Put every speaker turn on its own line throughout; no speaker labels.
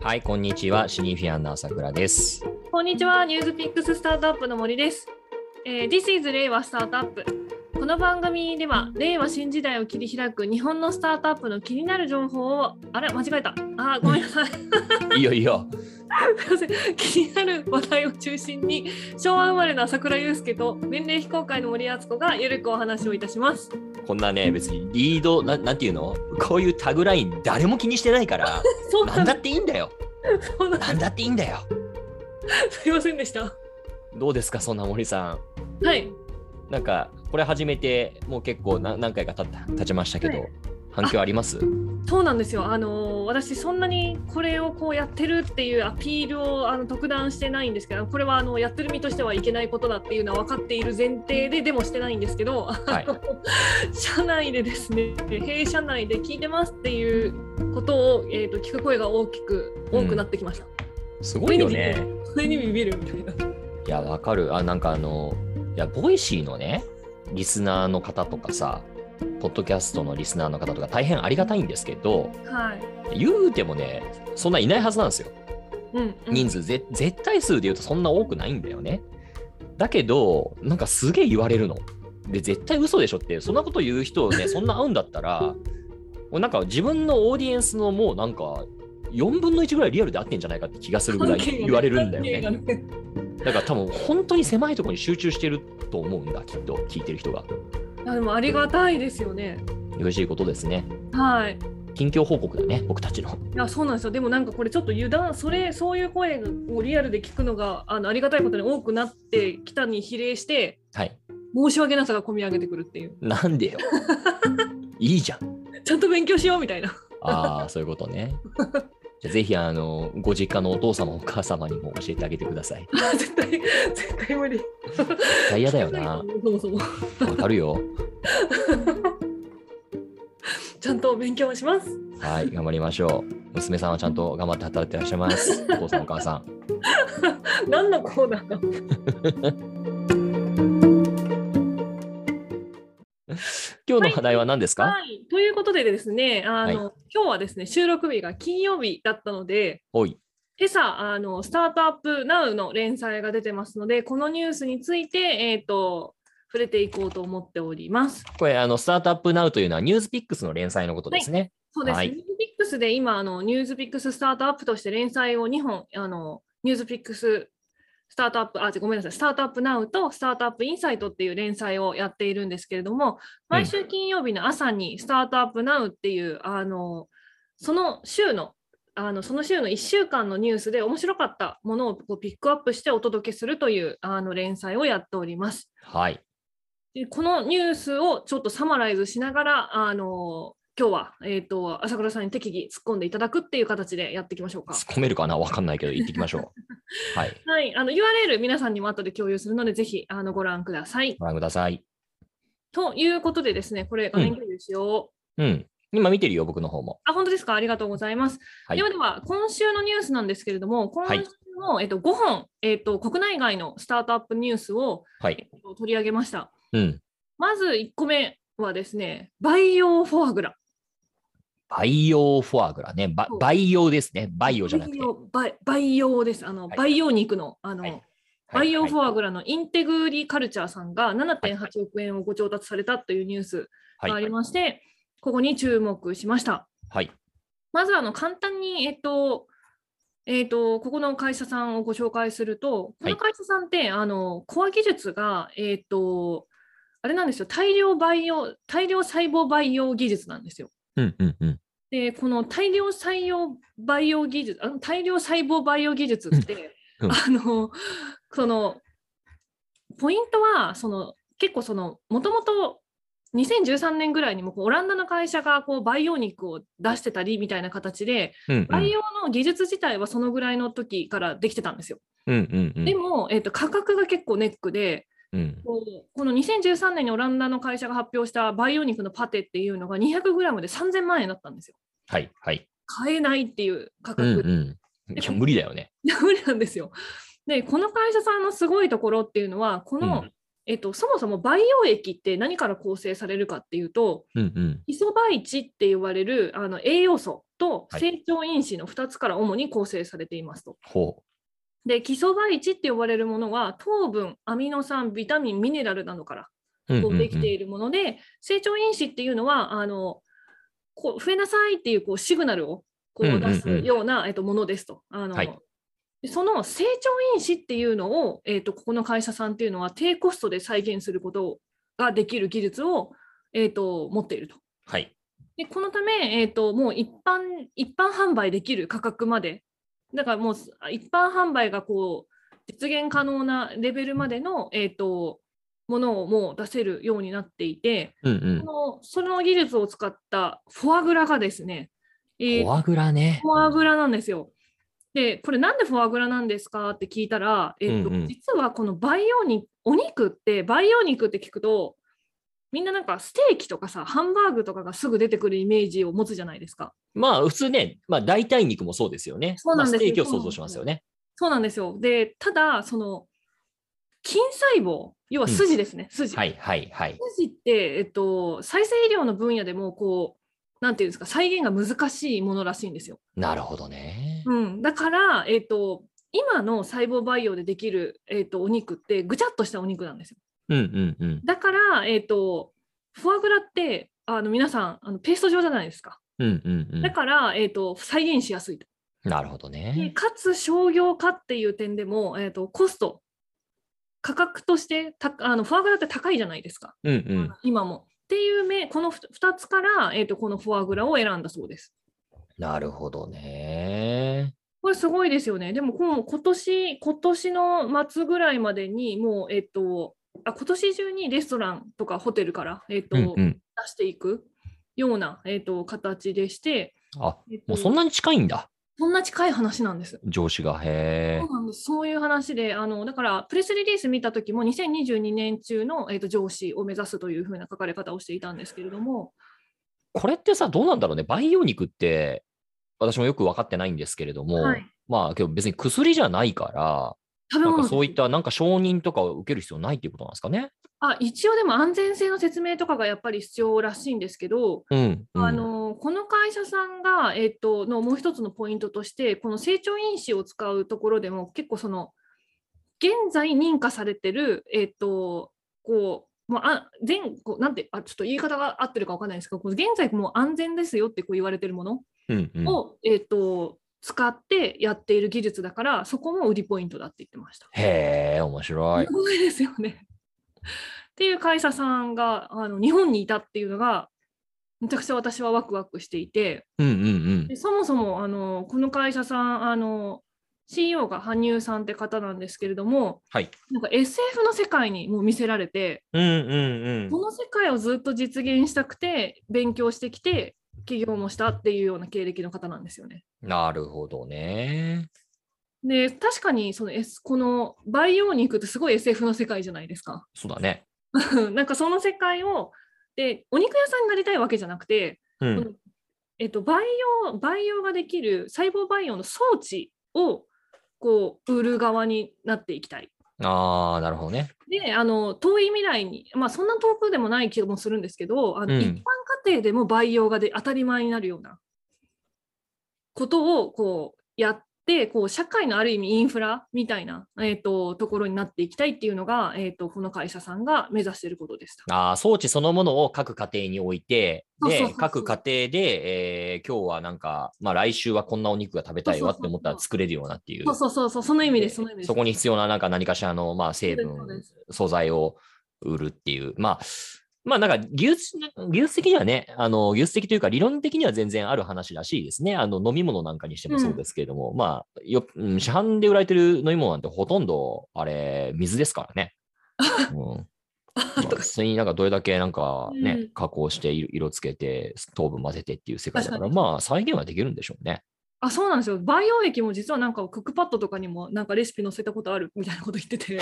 はい、こんにちは。シニフィアンの朝倉です。
こんにちは、ニュースピックススタートアップの森です。えー This is 令和スタートアップ。この番組では、令和新時代を切り開く日本のスタートアップの気になる情報を、あれ、間違えた。あー、ごめんなさい。
いいよいいよ。
すいません気になる話題を中心に、昭和生まれの朝倉祐介と年齢非公開の森敦子がゆるくお話をいたします。
こんなね、別にリード、ななんていうのこういうタグライン誰も気にしてない から、
そう
な
なんん
だ
だ、
っていいんだよ。
そうなんだ
なんだっていいんだよ。
すいませんでした。
どうですか、そんな森さ
はい。
ん。なんか、これ始めて、もう結構な何回か経った経ちましたけど、
はい
反響あります
そうなんですよ。あのー私そんなにこれをこうやってるっていうアピールをあの特段してないんですけど、これはあのやってる身としてはいけないことだっていうのは分かっている前提ででもしてないんですけど、
はい。
社内でですね、弊社内で聞いてますっていうことをえっ、と聞く声が大きく多くなってきました。
すごいよね。
それにビビるみたいな。
いや、わかる。あ、なんかあの、いや、ボイシーのね、リスナーの方とかさ、ポッドキャストのリスナーの方とか大変ありがたいんですけど、
はい。
言うてもね、そんないないはずなんですよ。
うん、うん。
人数ぜ、絶対数で言うとそんな多くないんだよね。だけど、なんかすげえ言われるの。で、絶対嘘でしょって、そんなこと言う人 ね、そんな合うんだったら、もうなんか自分のオーディエンスのもうなんか、4分の1ぐらいリアルで合ってんじゃないかって気がするぐらい言われるんだよね。
関係がね
だから多分本当に狭いところに集中してると思うんだきっと聞いてる人が
いやでもありがたいですよね。
嬉しいことですね
はい。
近況報告だね僕たちの
いやそうなんですよでもなんかこれちょっと油断それそういう声をリアルで聞くのがあのありがたいことに多くなってきたに比例して
はい
申し訳なさが込み上げてくるっていう
なん でよいいじゃん
ちゃんと勉強しようみたいな
ああそういうことねじゃあぜひあのご実家のお父様お母様にも教えてあげてください
絶対絶対無理
絶対嫌だよな
そもそも
わかるよ
ちゃんと勉強します
はい頑張りましょう娘さんはちゃんと頑張って働いてらっしゃいますお父さんお母さん
何のコーナーだ
今日の話題は何ですか、
はいということでですねあの、今日はですね収録日が金曜日だったので
おい
今朝あの、スタートアップナウの連載が出てますので、このニュースについて、えー、と触れていこうと思っております。
これあのスタートアップナウというのはニュースピックスの連載のことですね、
そうです、
はい
ニュースピックスで今あの、ニュースピックススタートアップとして連載を2本、あのニュースピックススタートアップ、あ、ごめんなさい、スタートアップナウとスタートアップインサイトっていう連載をやっているんですけれども、毎週金曜日の朝にスタートアップナウっていう、あのその週のあのその週の1週間のニュースで面白かったものをこうピックアップしてお届けするというあの連載をやっております。
はい
でこのニュースをちょっとサマライズしながら、あの今日は、えー、と朝倉さんに適宜突っ込んでいただくっていう形でやっていきましょうか。
突っ込めるかなわかんないけど、行ってきましょう。はい。
はい、あの URL 皆さんにも後で共有するので、ぜひあのご覧ください。
ご覧ください。
ということでですね、これ画面共有しよう。
うん。今見てるよ、僕の方も。
あ、本当ですか。ありがとうございます。
はい
ではでは、今週のニュースなんですけれども、今
はい
週の、えっと、5本、えっと、国内外のスタートアップニュースを、
はい。
えっと取り上げました。
うん。
まず1個目はですね、培養フォアグラ。
培養フォアグラね。ば
そう
培養ですね。培養じゃなくて。
培養培培養です。あの、
はい
培養肉の、あの、
はい
培養フォア
グ
グラのインテグリカルチャーさんが7.8億円をご調達されたというニュース
ラ
があり
はい。
まして、ここに注目しました。
はい。
まずあの簡単に、えっとえっと、ここの会社さんをご紹介すると、こ
はい
の会社さんって、あのコア技術が、えっとあれなんですよ大量培養、大量細胞培養技術なんですよ。
うんうんうん。
で、この大量採用培養技術、あの大量細胞培養技術って、
うん
あのそのポイントはその結構そのもともと2013年ぐらいにもこうオランダの会社がこう培養肉を出してたりみたいな形で、
うんうん
培養の技術自体はそのぐらいの時からできてたんですよ。
うんうんうん。
でも、えっと価格が結構ネックで、
うん。
こうこの2013年にオランダの会社が発表した培養肉のパテっていうのが 200g で3000万円だったんですよ。
はい。はい。
買えないっていう価
う
格、
んうん。いや、無理だよね。
無理なんですよ。で、この会社さんのすごいところっていうのは、この
うん
えっと、そもそも培養液って何から構成されるかっていうと
うんうん。
イソバイチって言われるあの栄養素と
はい
成長因子の2つから主に構成されていますと。
ほ
で基礎培地って呼ばれるものは糖分アミノ酸ビタミンミネラルなどから
う。うん
こ
うん
う
うん
できているもので、成長因子っていうのはあのこう増えなさいっていうこうシグナルをこ
うんう
うん
うん
出すような、えっと、ものですと。あの
はい
でその成長因子っていうのを、えっと、ここの会社さんっていうのは低コストで再現することができる技術を、えっと、持っていると。
はい。
でこのため、えー、ともう一般一般販売できる価格までだからもうす一般販売がこう実現可能なレベルまでの、えー、とものをもう出せるようになっていて
うん
そのその技術を使ったフォアグラがですね、え
うん。
ー
フォアグラね。
フォアグラなんですよ。でこれなんでフォアグラなんですかって聞いたら、えっと
うんうん
実はこの培養肉お肉って培養肉って聞くとみんななんかステーキとかさハンバーグとかがすぐ出てくるイメージを持つじゃないですか。
まあ普通ね、まあ代替肉もそうですよね。
そうなんで
ま
すよ
あ、ステーキを想像しますよね。
そうなんですよでただその筋細胞要は筋ですね、筋、
はいはいはい。
筋って、えっと、再生医療の分野でもこうなんていうんですか再現が難しいものらしいんですよ。
なるほどね。
うん、だから、えっと今の細胞培養でできる、えっとお肉ってぐちゃっとしたお肉なんですよ。
うんうんうん。
だから、えっとフォアグラってあの皆さんあのペースト状じゃないですか。
うんうん
だから、えっと再現しやすいと。
うん。なるほど
で
ね。
かつ商業化っていう点でも、えっとコスト価格としてたあのフォアグラって高いじゃないですか、
うんうん。
今も。っていう目この2つから、えっとこのフォアグラを選んだそうです。
なるほどね。
これすごいですよね。でもこう今年、今年の末ぐらいまでに、もう、えっと、あ今年中にレストランとかホテルから、えっと
うんうん。
出していくような、えっと、形でして、
あ
えっと
もうそんなに近いんだ、
そんな近い話なんです。
上司が。へ
そう
え。
なんですそういう話であの、だからプレスリリース見た時も、2022年中の、えっと、上司を目指すというふうな書かれ方をしていたんですけれども、
これってさ、どうなんだろうね。培養肉って、私もよく分かってないんですけれども、
はい
まあ、けど別に薬じゃないから、
食べ
なん
物
かそういったなんか承認とかを受ける必要ないっていうことなんですかね。
あ一応でも安全性の説明とかがやっぱり必要らしいんですけど、
うん、うん。
あのこの会社さんが、えっとのもう一つのポイントとしてこの成長因子を使うところでも結構その現在認可されてる、えっとこうもうあ全こうなんてあちょっと言い方が合ってるかわかんないですけどこう現在もう安全ですよってこう言われてるもの
うんうん、
を、えっと使ってやっている技術だからそこも売りポイントだって言ってました。
へえ、面白い
す。ごいですよね。っていう会社さんがあの日本にいたっていうのがめちゃくちゃ私はワクワクしていて。
うんうんうん
で。そもそもあのこの会社さんあの CEO が羽生さんって方なんですけれども
はい。
なんか SF の世界にもう見せられて
うんうん
この世界をずっと実現したくて勉強してきて起業もしたっていうような経歴の方なんですよね。
ん。なるほどね。
で確かにその、S、この培養肉ってすごい SF の世界じゃないですか。
そうだね。
なんかその世界をでお肉屋さんになりたいわけじゃなくて
う
この
ん。
えっと、培養培養ができる細胞培養の装置をこう売る側になっていきたい。
ああ、なるほどね。
であの遠い未来に、まあ、そんな遠くでもない気もするんですけどあの、
うん
一般家庭でも培養がで当たり前になるようなことをこうやってこう社会のある意味インフラみたいな、えっとところになっていきたいっていうのが、えっとこの会社さんが目指していることでした。
あー装置そのものを各家庭に置いて、
そうそうそう
で
そ、う
各家庭で、えー今日はなんか、まあ来週はこんなお肉が食べたいわって思ったら作れるようなっていう。
そうそうそうそうその意味ですその意
で
味です。
そこに必要ななんか何かしらの、まあ、成
そうで
分
す、
素材を売るっていう。まあ、まあなんか技術、技術的にはね、あの、技術的というか理論的には全然ある話らしいですね。あの、飲み物なんかにしてもそうですけれども、まあよ、うん市販で売られてる飲み物なんてほとんど、あれ、水ですから ね。うんまあ、それになんかどれだけなんかね、
うん
加工して色色つけて糖分混ぜてっていう世界だから
確
まあ再現はできるんでしょうね。
あ、そうなんですよ。培養液も実はなんかクックパッドとかにもなんかレシピ載せたことあるみたいなこと言っ てて。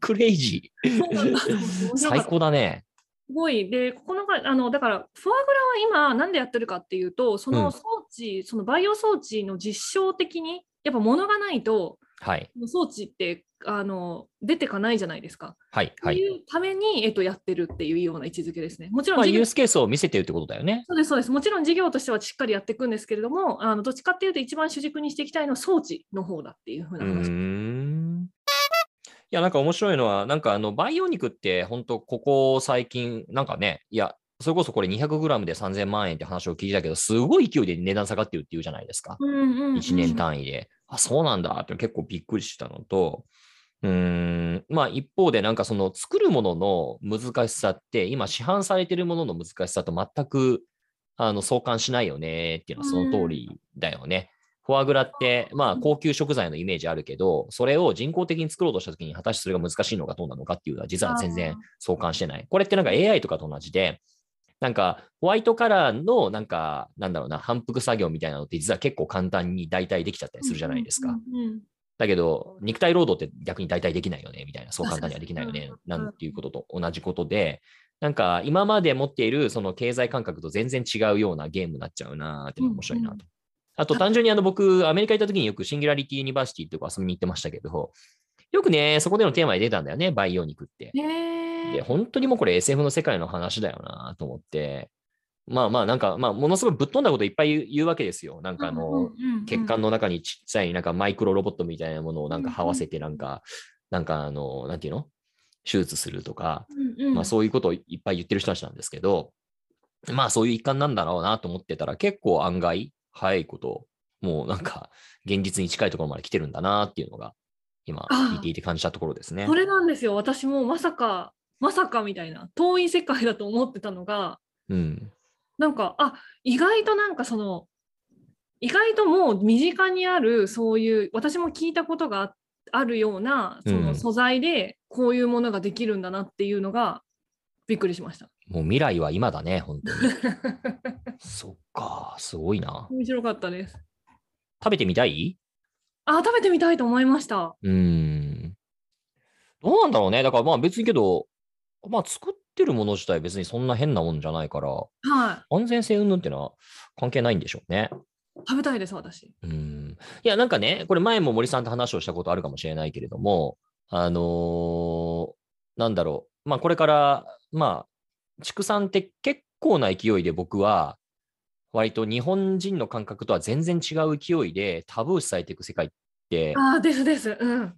クレイジ
そうなんだ
ー。
面白かっ
最
た
高だね。
すごい。で、ここのが、あの、だから、フォアグラは今、なんでやってるかっていうと、そ
うん
の装置、その培養装置の実証的に、やっぱ物がないと、
はい。
装置ってあの出てかないじゃないですか。
はい
と
はいい。
うために、えっと、やってるっていうような位置づけですね。もちろん
まあ、
事業、
ユースケースを見せてるってことだよね。
そうですそうですもちろん事業としてはしっかりやっていくんですけれども、あのどっちかっていうと、一番主軸にしていきたいのは装置の方だっていうふう
う
な話。
ーん。いや、なんか面白いのは、なんかあの、培養肉って、本当ここ最近、なんかね、いや、それこそこれ 200g で3000万円って話を聞いたけど、すごい勢いで値段下がってるっていうじゃないですか。
うんうんうん
1年単位で、あ、そうなんだって結構びっくりしたのと、うーん、まあ一方でなんかその作るものの難しさって、今市販されてるものの難しさと全くあの相関しないよねっていうのはその通りだよね。フォアグラって、まあ、高級食材のイメージあるけど、それを人工的に作ろうとしたときに、果たしてそれが難しいのかどうなのかっていうのは、実は全然相関してない。これってなんか AI とかと同じで、なんかホワイトカラーのなんか、なんだろうな、反復作業みたいなのって実は結構簡単に代替できちゃったりするじゃないですか。
うんうんうん
だけど、肉体労働って逆に代替できないよね、みたいな、そう簡単にはできないよね
確、か
な
に
んていうことと同じことで、なんか今まで持っているその経済感覚と全然違うようなゲームになっちゃうなーっていうのが面白いなと。
うんう
あと単純にあの僕、アメリカ行った時によくシンギュラリティユニバーシティとか遊びに行ってましたけど、よくね、そこでのテーマに出たんだよね、培養肉って。
ね
で、
え
本当にもうこれ SF の世界の話だよなと思って、まあまあなんか、まあものすごいぶっ飛んだこといっぱい言う言うわけですよ。なんかあの、
うんうんうん
血管の中にちっちゃいなんかマイクロロボットみたいなものをなんか這わせてなんか、なんかあの、なんていうの手術するとか、
うんうん
まあそういうことをいっぱい言ってる人たちなんですけど、まあそういう一環なんだろうなと思ってたら結構案外早いこと、もうなんか現実に近いところまで来てるんだなっていうのが今
ああ
見ていて感じたところですね
そ。れなんですよ私もまさかまさかみたいな遠い世界だと思ってたのが
うん。
なんかあ意外となんかその意外ともう身近にあるそういう私も聞いたことがああるようなそ
うん
の素材でこういうものができるんだなっていうのがびっくりし ました。
もう未来は今だね、本当に。そっか、すごいな。
面白かったです。
食べてみたい
あ食べてみたいと思いました。
うーん。どうなんだろうね。だからまあ別にけど、まあ作ってるもの自体別にそんな変なもんじゃないから、
は
安全性云々ってのは関係ないんでしょうね。
い食べたいです私。
うーん。いや、なんかね、これ前も森さんと話をしたことあるかもしれないけれども、あのーなんだろう。まあこれから、まあ、畜産って結構な勢いで僕は、割と日本人の感覚とは全然違う勢いでタブー視されていく世界って
あですです。うん。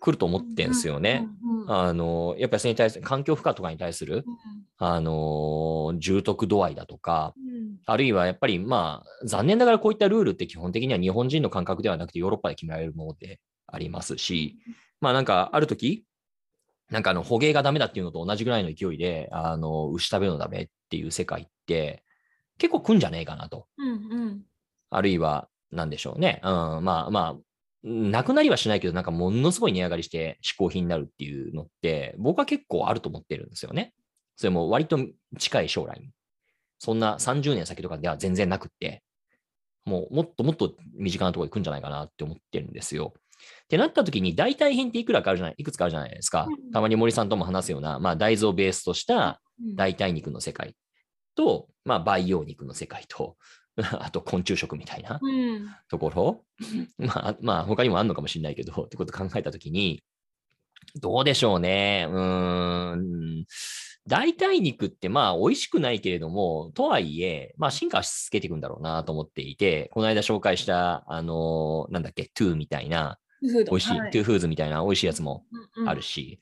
来ると思ってんすよね。
うんうんうん。
あのやっぱりそれに対する環境負荷とかに対する、あの重篤度合いだとか、
うん
あるいはやっぱりまあ残念ながらこういったルールって基本的には日本人の感覚ではなくてヨーロッパで決められるものでありますし、まあなんかある時なんかあの捕鯨がダメだっていうのと同じぐらいの勢いであの牛食べるのダメっていう世界って結構来んじゃねえかなと。
うんうん。
あるいは、なんでしょうね。うん、まあまあ、なくなりはしないけど、なんかものすごい値上がりして嗜好品になるっていうのって、僕は結構あると思ってるんですよね。それも割と近い将来に。そんな30年先とかでは全然なくって、もうもっともっと身近なところに行くんじゃないかなって思ってるんですよ。ってなった時に代替品っていくらかあるじゃない、いくつかあるじゃないですか
うん。
たまに森さんとも話すような、まあ大豆をベースとした
うん
代替肉の世界と、まあ、培養肉の世界と、 あと昆虫食みたいな
うん。
ところ、まあ、まあ、他にもあるのかもしれないけど、ってことを考えたときに、どうでしょうね。うーん。代替肉ってまあ美味しくないけれども、とはいえ、まあ進化し続けていくんだろうなと思っていて、この間紹介した、あのなんだっけ、トゥーみたいな、
美
美味しい、トゥーフーズみたいな美味しいやつもあるし、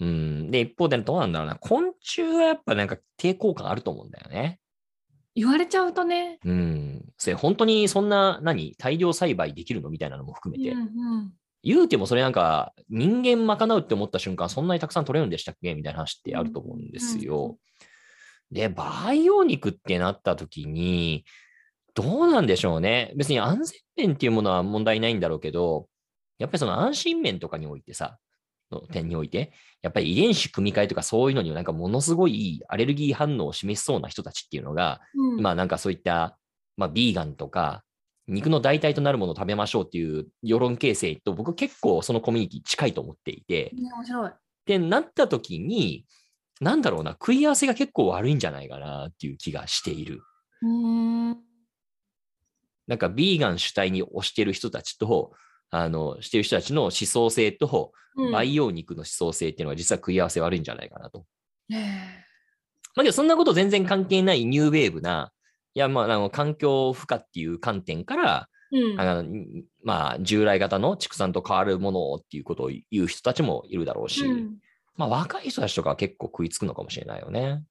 うん、で、一方でどうなんだろうな、昆虫はやっぱなんか抵抗感あると思うんだよね。
言われちゃうとね。
うん、それ本当にそんな、何、大量栽培できるのみたいなのも含めて、
うんうん
言うてもそれなんか、人間賄うって思った瞬間、そんなにたくさん取れるんでしたっけみたいな話ってあると思うんですよ。で、培養肉ってなった時に、どうなんでしょうね。別に安全面っていうものは問題ないんだろうけど、やっぱりその安心面とかにおいてさ、の点において、やっぱり遺伝子組み換えとかそういうのになんかものすごいアレルギー反応を示しそうな人たちっていうのが、
うん
今なんかそういった、まあ、ビーガンとか、肉の代替となるものを食べましょうっていう世論形成と、僕結構そのコミュニティ近いと思っていて、
ね面白い。
ってなった時に、なんだろうな、食い合わせが結構悪いんじゃないかなっていう気がしている。
うーん。
なんかビーガン主体に推してる人たちと、あのしてる人たちの思想性と
うん
培養肉の思想性っていうのは実は食い合わせ悪いんじゃないかなと。
ね
まあけどそんなこと全然関係ないニューウェーブな、いやまああの環境負荷っていう観点から、
えうん
あのにまあ従来型の畜産と変わるものをっていうことを言う人たちもいるだろうし、
うん
まあ若い人たちとかは結構食いつくのかもしれないよね。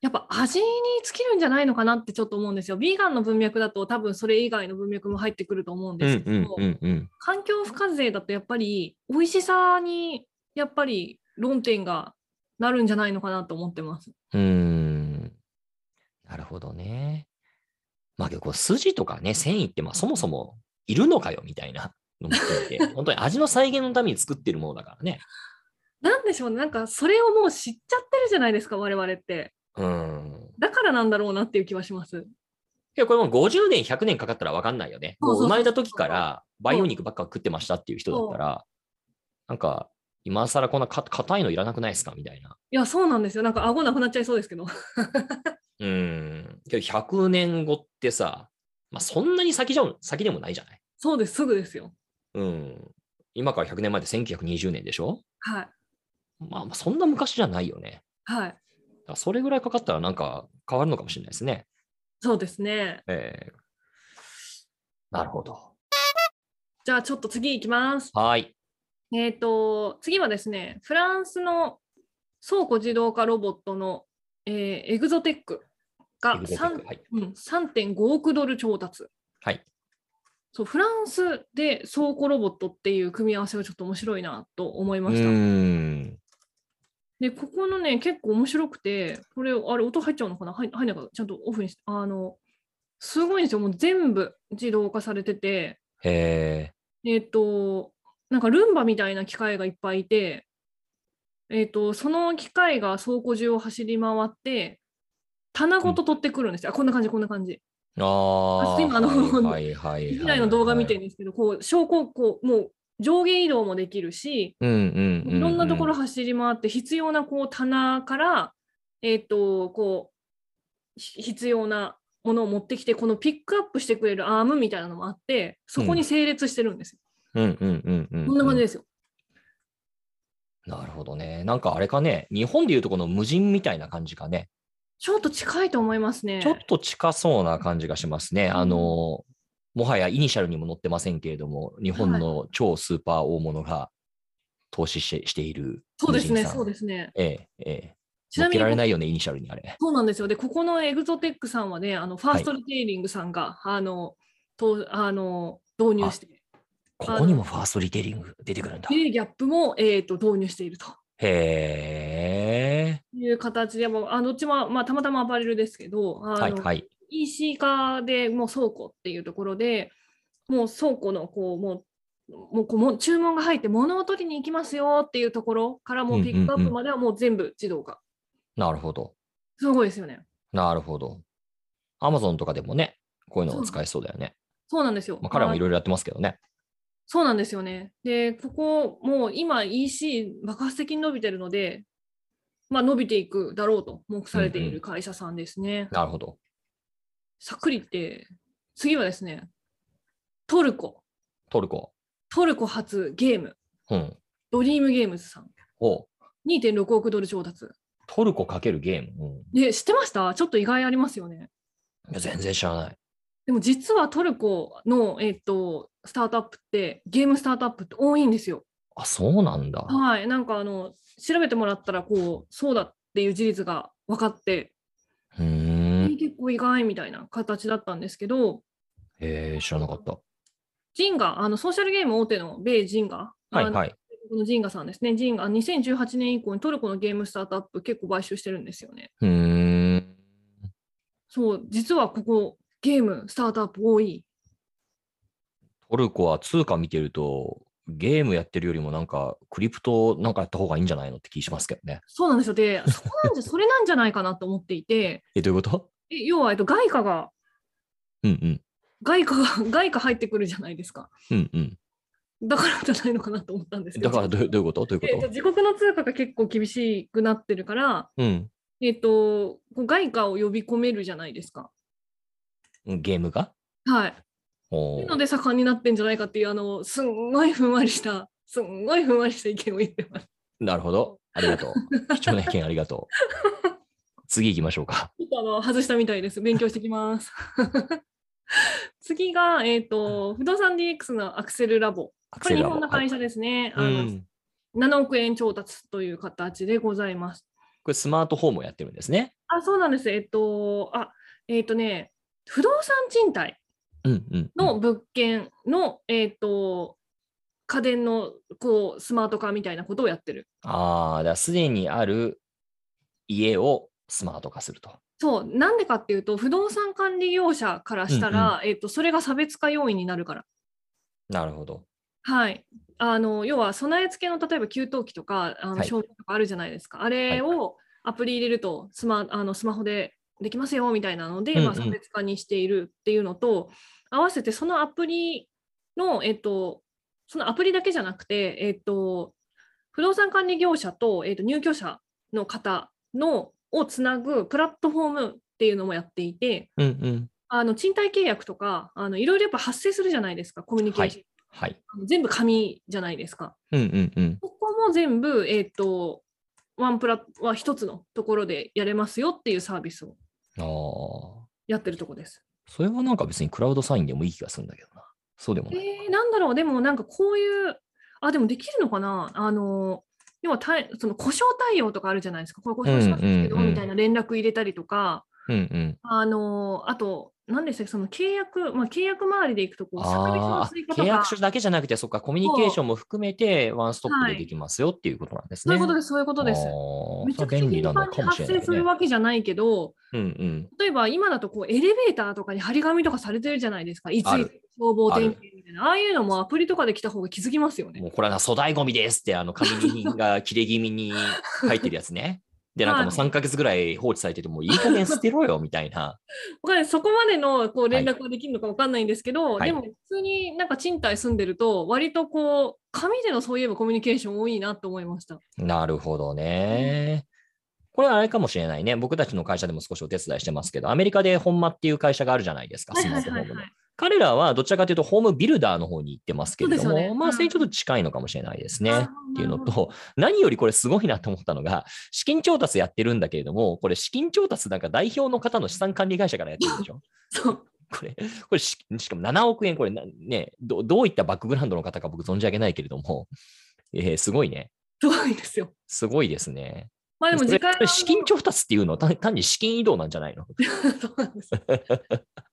やっぱ味に尽きるんじゃないのかなってちょっと思うんですよ。ビーガンの文脈だと多分それ以外の文脈も入ってくると思うん
うん
ですけど、
うんうん
環境負荷税だとやっぱり美味しさにやっぱり論点がなるんじゃないのかなと思ってます。
うん。うーん。なるほどね。まあけどこう筋とかね、繊維ってまあそもそもいるのかよみたいなのも含めて、 本当に味の再現のために作ってるものだからね。
なんでしょうねなんかそれをもう知っちゃってるじゃないですか我々って。
うん。
だからなんだろうなっていう気はします。
いや、これもう50年、100年かかったら分かんないよね。
そう
もう
そうそう
生まれた時から培養肉ばっか食ってましたっていう人だったら、なんか、今更こんなか硬いのいらなくないですかみたいな。
いやそうなんですよなんか顎なくなっちゃいそうですけど。
うん。けど100年後ってさ、まあ、そんなに先じゃん先でもないじゃない
そうですすぐですよ。
うん。今から100年前で1920年でしょ
はい
まあ、まあそんな昔じゃないよね。
はい
だからそれぐらいかかったらなんか変わるのかもしれないですね。
そうですね。
ええなるほど。
じゃあちょっと次行きます。
はい。
えー、と次はですねフランスの倉庫自動化ロボットの、えーエグゾテックが
エグゼク
さん
はい。
うん3.5億ドル調達
はい。
そうフランスで倉庫ロボットっていう組み合わせがちょっと面白いなと思いました。
ん。
でここのね結構面白くてこれあれ音入っちゃうのかな入入んないかちゃんとオフにしてあのすごいんですよもう全部自動化されてて
へえ。
えっ、と、なんかルンバみたいな機械がいっぱいいて、えっ、と、その機械が倉庫中を走り回って、棚ごと取ってくるんですよ。あ、こんな感じ、こんな感じ。
あ
あ
あ、
今あの
はいはいはい
未来の動画見てるんですけど、こう、昇降、こう、もう上下移動もできるし、
うんうんうう
いろんなところ走り回って、必要なこう棚から、えっ、と、こう、ひ必要なものを持ってきて、このピックアップしてくれるアームみたいなのもあって、そこに整列してるんですよ。
うんうんうんうんうん。
こんな感じですよ。
なるほどね。なんかあれかね、日本でいうとこの無人みたいな感じかね。
ちょっと近いと思いますね。
ちょっと近そうな感じがしますね。
ん
あの、もはやイニシャルにも載ってませんけれども、日本の超スーパー大物が投資してしている
そうですね、そう
で
ですね。
す。ええ、ええ。
ちなみ
乗っけられな
に、
いよね、イニシャルにあれ。
そうなんですよ。で、ここのエグゾテックさんはね、あのファーストリテイリングさんが、あのとあの導入して、
ここにもファーストリテイリング出てくるんだ。へ
で、ギャップも、えー、と導入していると
え。
いう形で、もうあどっちも、まあ、たまたまアパレルですけど、あの
はいはい。
EC 化でもう倉庫っていうところで、もう倉庫のこう、もうもうこうもう注文が入って物を取りに行きますよっていうところからもうピックアップまではもう全部自動化。
なるほど。
すごいですよね。
なるほど。アマゾンとかでもね、こういうのを使えそうだよね。
そうなんですよ。
まあ、彼らもいろいろやってますけどね。
そうなんですよね。で、ここ、もう今 EC 爆発的に伸びてるので、まあ、伸びていくだろうと目されてい
うんう
る
ん
会社さんですね。
なるほど。
さっくり言って、次はですね、トルコ、
トルコ。
トルコ発ゲーム、
うん。
ドリームゲームズさん、
お
2.6億ドル調達。
トルコかけるゲーム、うん
で、知ってましたちょっと意外ありますよね。
いや全然知らない。
でも実はトルコの、えっと、スタートアップって、ゲームスタートアップって多いんですよ。
あ、そうなんだ。
はい、なんかあの調べてもらったらこうそうだっていう事実が分かって、
うーん。
結構意外みたいな形だったんですけど
えー、知らなかった。
ジンガあのソーシャルゲーム大手の米ジンガ、
はい
あの
はい。
このジンガさんですねジンガ2018年以降にトルコのゲームスタートアップ結構買収してるんですよね
うーん。
そう実はここゲームスタートアップ多い
トルコは通貨見てると、ゲームやってるよりもなんか、クリプトなんかやった方がいいんじゃないのって気しますけどね。
そうなんですよでそこなんじゃそれなんじゃないかなと思っていて
え、どういうこと
え要は、えっと、外貨が
うんうん。
外貨が外貨入ってくるじゃないですか
うんうん。
だからじゃないのかなと思ったんですけ
だ
ど
からどうどういうことどうい
え
う
っ
こと
自国の通貨が結構厳しくなってるから、
とうん。
えっと、こう外貨を呼び込めるじゃないですか。
ゲームが
はい。
おー
ので盛んになってんじゃないかっていうあのすんごいふんわりしたすんごいふんわりした意見を言ってます。
なるほど。ありがとう。貴重な意見ありがとう。 次行きましょうか。
ちょっとあの外したみたいです。勉強してきます。 次が、えっと不動産 DX のアクセルラボ。
アク
こ
セ
れ
ル
日
ラボ
本の会社ですね。
はい
あ
う
の
ん
7億円調達という形でございます。
これスマートフォームをやってるんですね。
あ、そうなんです。えっと、あ、えっとね、不動産賃貸
うんうん。
の物件の、えっと、家電のこうスマート化みたいなことをやってる。
ああ、だからすでにある家をスマート化すると。
そう、なんでかっていうと、不動産管理業者からしたら、えっと、それが差別化要因になるから。
なるほど。
はい。あの要は備え付けの例えば給湯器とかあ
は
の
い
照明とかあるじゃないですか、あれをアプリ入れるとスマあのスマホでできますよみたいなので、まあ、
うんうん
差別化にしているっていうのと、合わせてそのアプリの、えっと、そのアプリだけじゃなくて、えっと、不動産管理業者と,、えっと入居者の方のをつなぐプラットフォームっていうのもやっていて
うんうん。
あの賃貸契約とかあのいろいろやっぱ発生するじゃないですかコミュニケーション。
はい。
あの全部紙じゃないですか。
うんうんうん。
ここも全部、えっ、と、ワンプラは一つのところでやれますよっていうサービスを
ああ。
やってるとこです。
それはなんか別にクラウドサインでもいい気がするんだけどな。そうでもない。
えー、なんだろう、でもなんかこういう、あ、でもできるのかなあの、要はたいその故障対応とかあるじゃないですか。これ故障したんですけど、
うんうんうん
みたいな連絡入れたりとか、
うんうん。
あの、あと、何でしたっけ、その契約、まあ、契約周りでいくとこう、サクリ
ああ、
追加
契
とか
約、書だけじゃなくて、そっか、コミュニケーションも含めてワンストップでできますよっていうことなんです
そう
ね。
いうことです、そういうことです。めち
あ
ゃ
あ、
くちゃ
便利な
頻
の
繁に
かもし
発
れな
生
い
する
ね。
わけじゃないけど、
うんうん。
例えば今だとこうエレベーターとかに張り紙とかされてるじゃないですか、いつ
ある
消防点検みたいな、ああいうのもアプリとかで来た方が気づきますよね。
もうこれはな粗大ゴミですって、あの、紙にが切れ気味 に入ってるやつね。で、なんかもう
は
3ヶ月ぐらい放置されてて、もういい加減捨てろ よ、みたいな。
わかんないそこまでのこう連絡ができるのかわかんないんですけど、
はい
でも普通になんか賃貸住んでると、割とこう、紙でのそういえばコミュニケーション多いなと思いました。
なるほどね。これはあれかもしれないね。僕たちの会社でも少しお手伝いしてますけど、アメリカでホンマっていう会社があるじゃないですか、
はい
ス
は
マ
い
ート
は
フォ
い
ーム
は
の。
い。
彼らはどちらかというと、ホームビルダーの方に行ってますけれど
そう
も、
ですよね
まあ、
うん
それにちょっと近いのかもしれないです
あ
ね
ー。
っていうの
なるほ
と、 何よりこれすごいなと思ったのが、資金調達やってるんだけれども、これ資金調達なんか代表の方の資産管理会社からやってるでし ょ
そう
これ、これししかも7億円、これなねど、どういったバックグラウンドの方か僕存じ上げないけれども、えーすごいね。
すごいですよ。
すごいですね。
まあでも
それ
時間
それ資金調達っていうのは単単に資金移動なんじゃないの
そうなんです。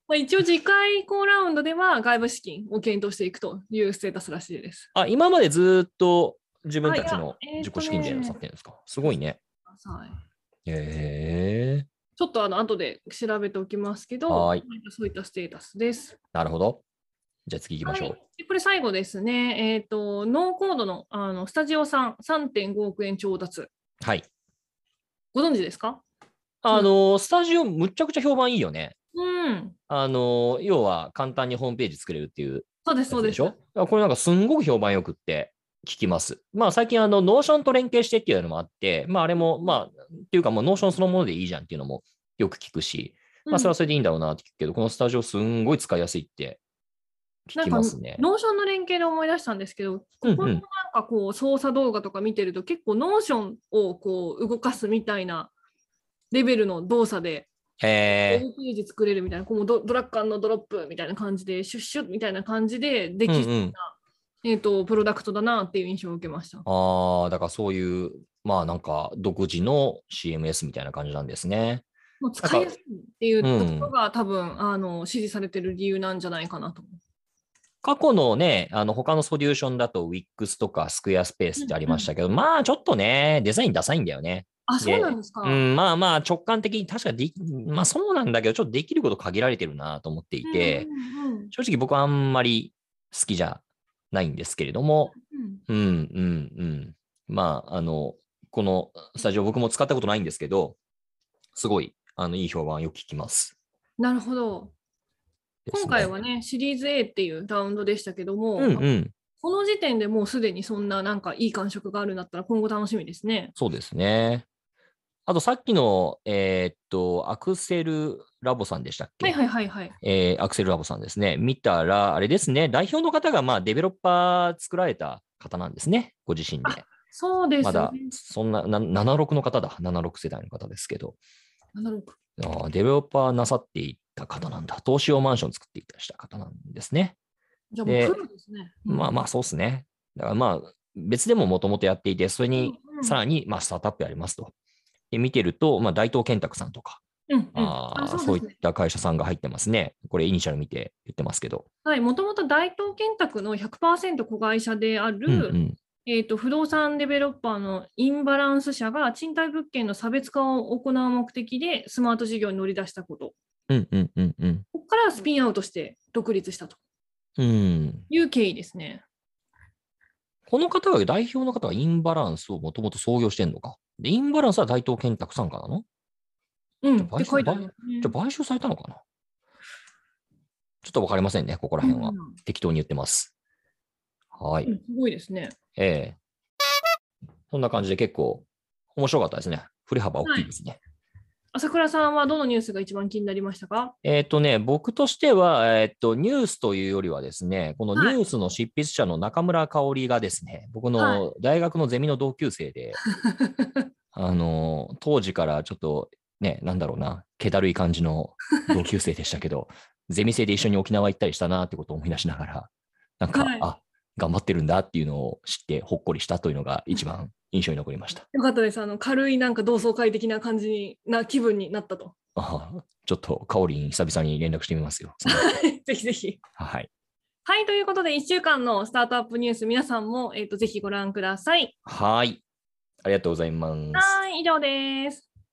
まあ一応次回以降ラウンドでは外部資金を検討していくというステータスらしいです。
あ今までずっと自分たちの
あいやえー
自
とね
己資金でなさってるんですか、すごいね。
はい
へえ
ちょっとあの後で調べておきますけど、
はい
そういったステータスです。
なるほど。じゃあ次行きましょう。
はいでこれ最後ですね、えーと、ノーコードのあのスタジオさん3.5億円調達、
はい。
ご存知ですか
あのースタジオ、むっちゃくちゃ評判いいよね。
うん、
あのー要は簡単にホームページ作れるっていう
そうです、そ
やつ
うで。
ですしょあこれなんかすんごく評判よくって聞きます。まあ最近あのノーションと連携してっていうのもあって、まああれもまあっていうかもうノーションそのものでいいじゃんっていうのもよく聞くし、まあそれはそれでいいんだろうなって聞くけど、このスタジオすんごい使いやすいって聞きますね
なん。かノーションの連携で思い出したんですけど、こ
うんうん
このなんかこう操作動画とか見てると、結構ノーションをこう動かすみたいなレベルの動作でホ
へ
ームページ作れるみたいな、こうもうドドラッカーのドロップみたいな感じで、シュッシュッみたいな感じでで
え。
き、
うんうん、
えー、とプロダクトだなっていう印象を受けました。
ああ、だからそういう、まあなんか独自の CMS みたいな感じなんですね。
もう使いやすいっていう
なんか
ところが多分あの支持されてる理由なんじゃないかなと思う。
過去のね、あの他のソリューションだと WIX とかスクエアスペースってありましたけど、まあちょっとね、デザインダサいんだよね。
あ、そうなんですか。
うん、まあまあ直感的に確かでき、まあそうなんだけど、ちょっとできること限られてるなと思っていて、
うんうん
正直僕はあんまり好きじゃないんですけれども、
うん
うんうんうん。まあ、あの、このスタジオ僕も使ったことないんですけど、すごい、あの、いい評判よく聞きます。
なるほど。
ですね
今回はね、シリーズ A っていうラウンドでしたけども、
うんうん。
この時点でもうすでにそんななんかいい感触があるんだったら今後楽しみですね。
そうですね。あとさっきの、えーっと、アクセルラボさんでしたっけ、
はいはいはいはい。
えーアクセルラボさんですね。見たら、あれですね、代表の方がまあデベロッパー作られた方なんですね、ご自身で。
そうです
まだ
ね。
そんなな76の方だ、76世代の方ですけど、
なるほど
あーデベロッパーなさっていた方なんだ、投資用マンション作っていたした方なんですね。
じゃあも
で
うプロですね。
まあまあ、そうですね。だからまあ、別でももともとやっていて、それ
あ
に
うん
さらにまあスタートアップやりますと。で見てると、まあ、大東建託さんとか、
うんうん、
あー
あ
そう
そうです
い
ね
っ。た会社さんが入ってますね。これ、イニシャル見て言ってますけど。
はい、もともと大東建託の100%子会社である、
うんうん
えー、と不動産デベロッパーのインバランス社が賃貸物件の差別化を行う目的でスマート事業に乗り出したこと、
うんうんうんうん。
ここからスピンアウトして独立したと
うん、
いう経緯ですね。
この方が代表の方はインバランスをもともと創業してんのか。で、インバランスは大東建託さんかなの
うん、
じゃあ
って書いてありますね。
じゃあ買収されたのかなちょっとわかりませんね、ここら辺は。
うん
適当に言ってます。はい。
うんすごいですね。
ええそんな感じで結構面白かったですね。振れ幅大きいですね。
朝倉さんはどのニュースが一番気になりましたか
えっ、とね、僕としては、えっ、と、ニュースというよりはですね、この
はい
ニュースの執筆者の中村香織がですね、僕
は
の大学のゼミの同級生 で、あの、当時からちょっと、ね、なんだろうな、気だるい感じ の同級生でしたけど、ゼミ生で一緒に沖縄行ったりしたなってことを思い出しながら、なんか、
はい
あ、頑張ってるんだっていうのを知ってほっこりしたというのが一番印象に残りました。
よかったです。あの軽いなんか同窓会的な感じにな気分になったと。
ああちょっと香織に久々に連絡してみますよ。
ぜひぜひ。
はい。
はい、ということで、1週間のスタートアップニュース、皆さんも、えー、とぜひご覧ください。
はい。ありがとうございます。
はい、以上です。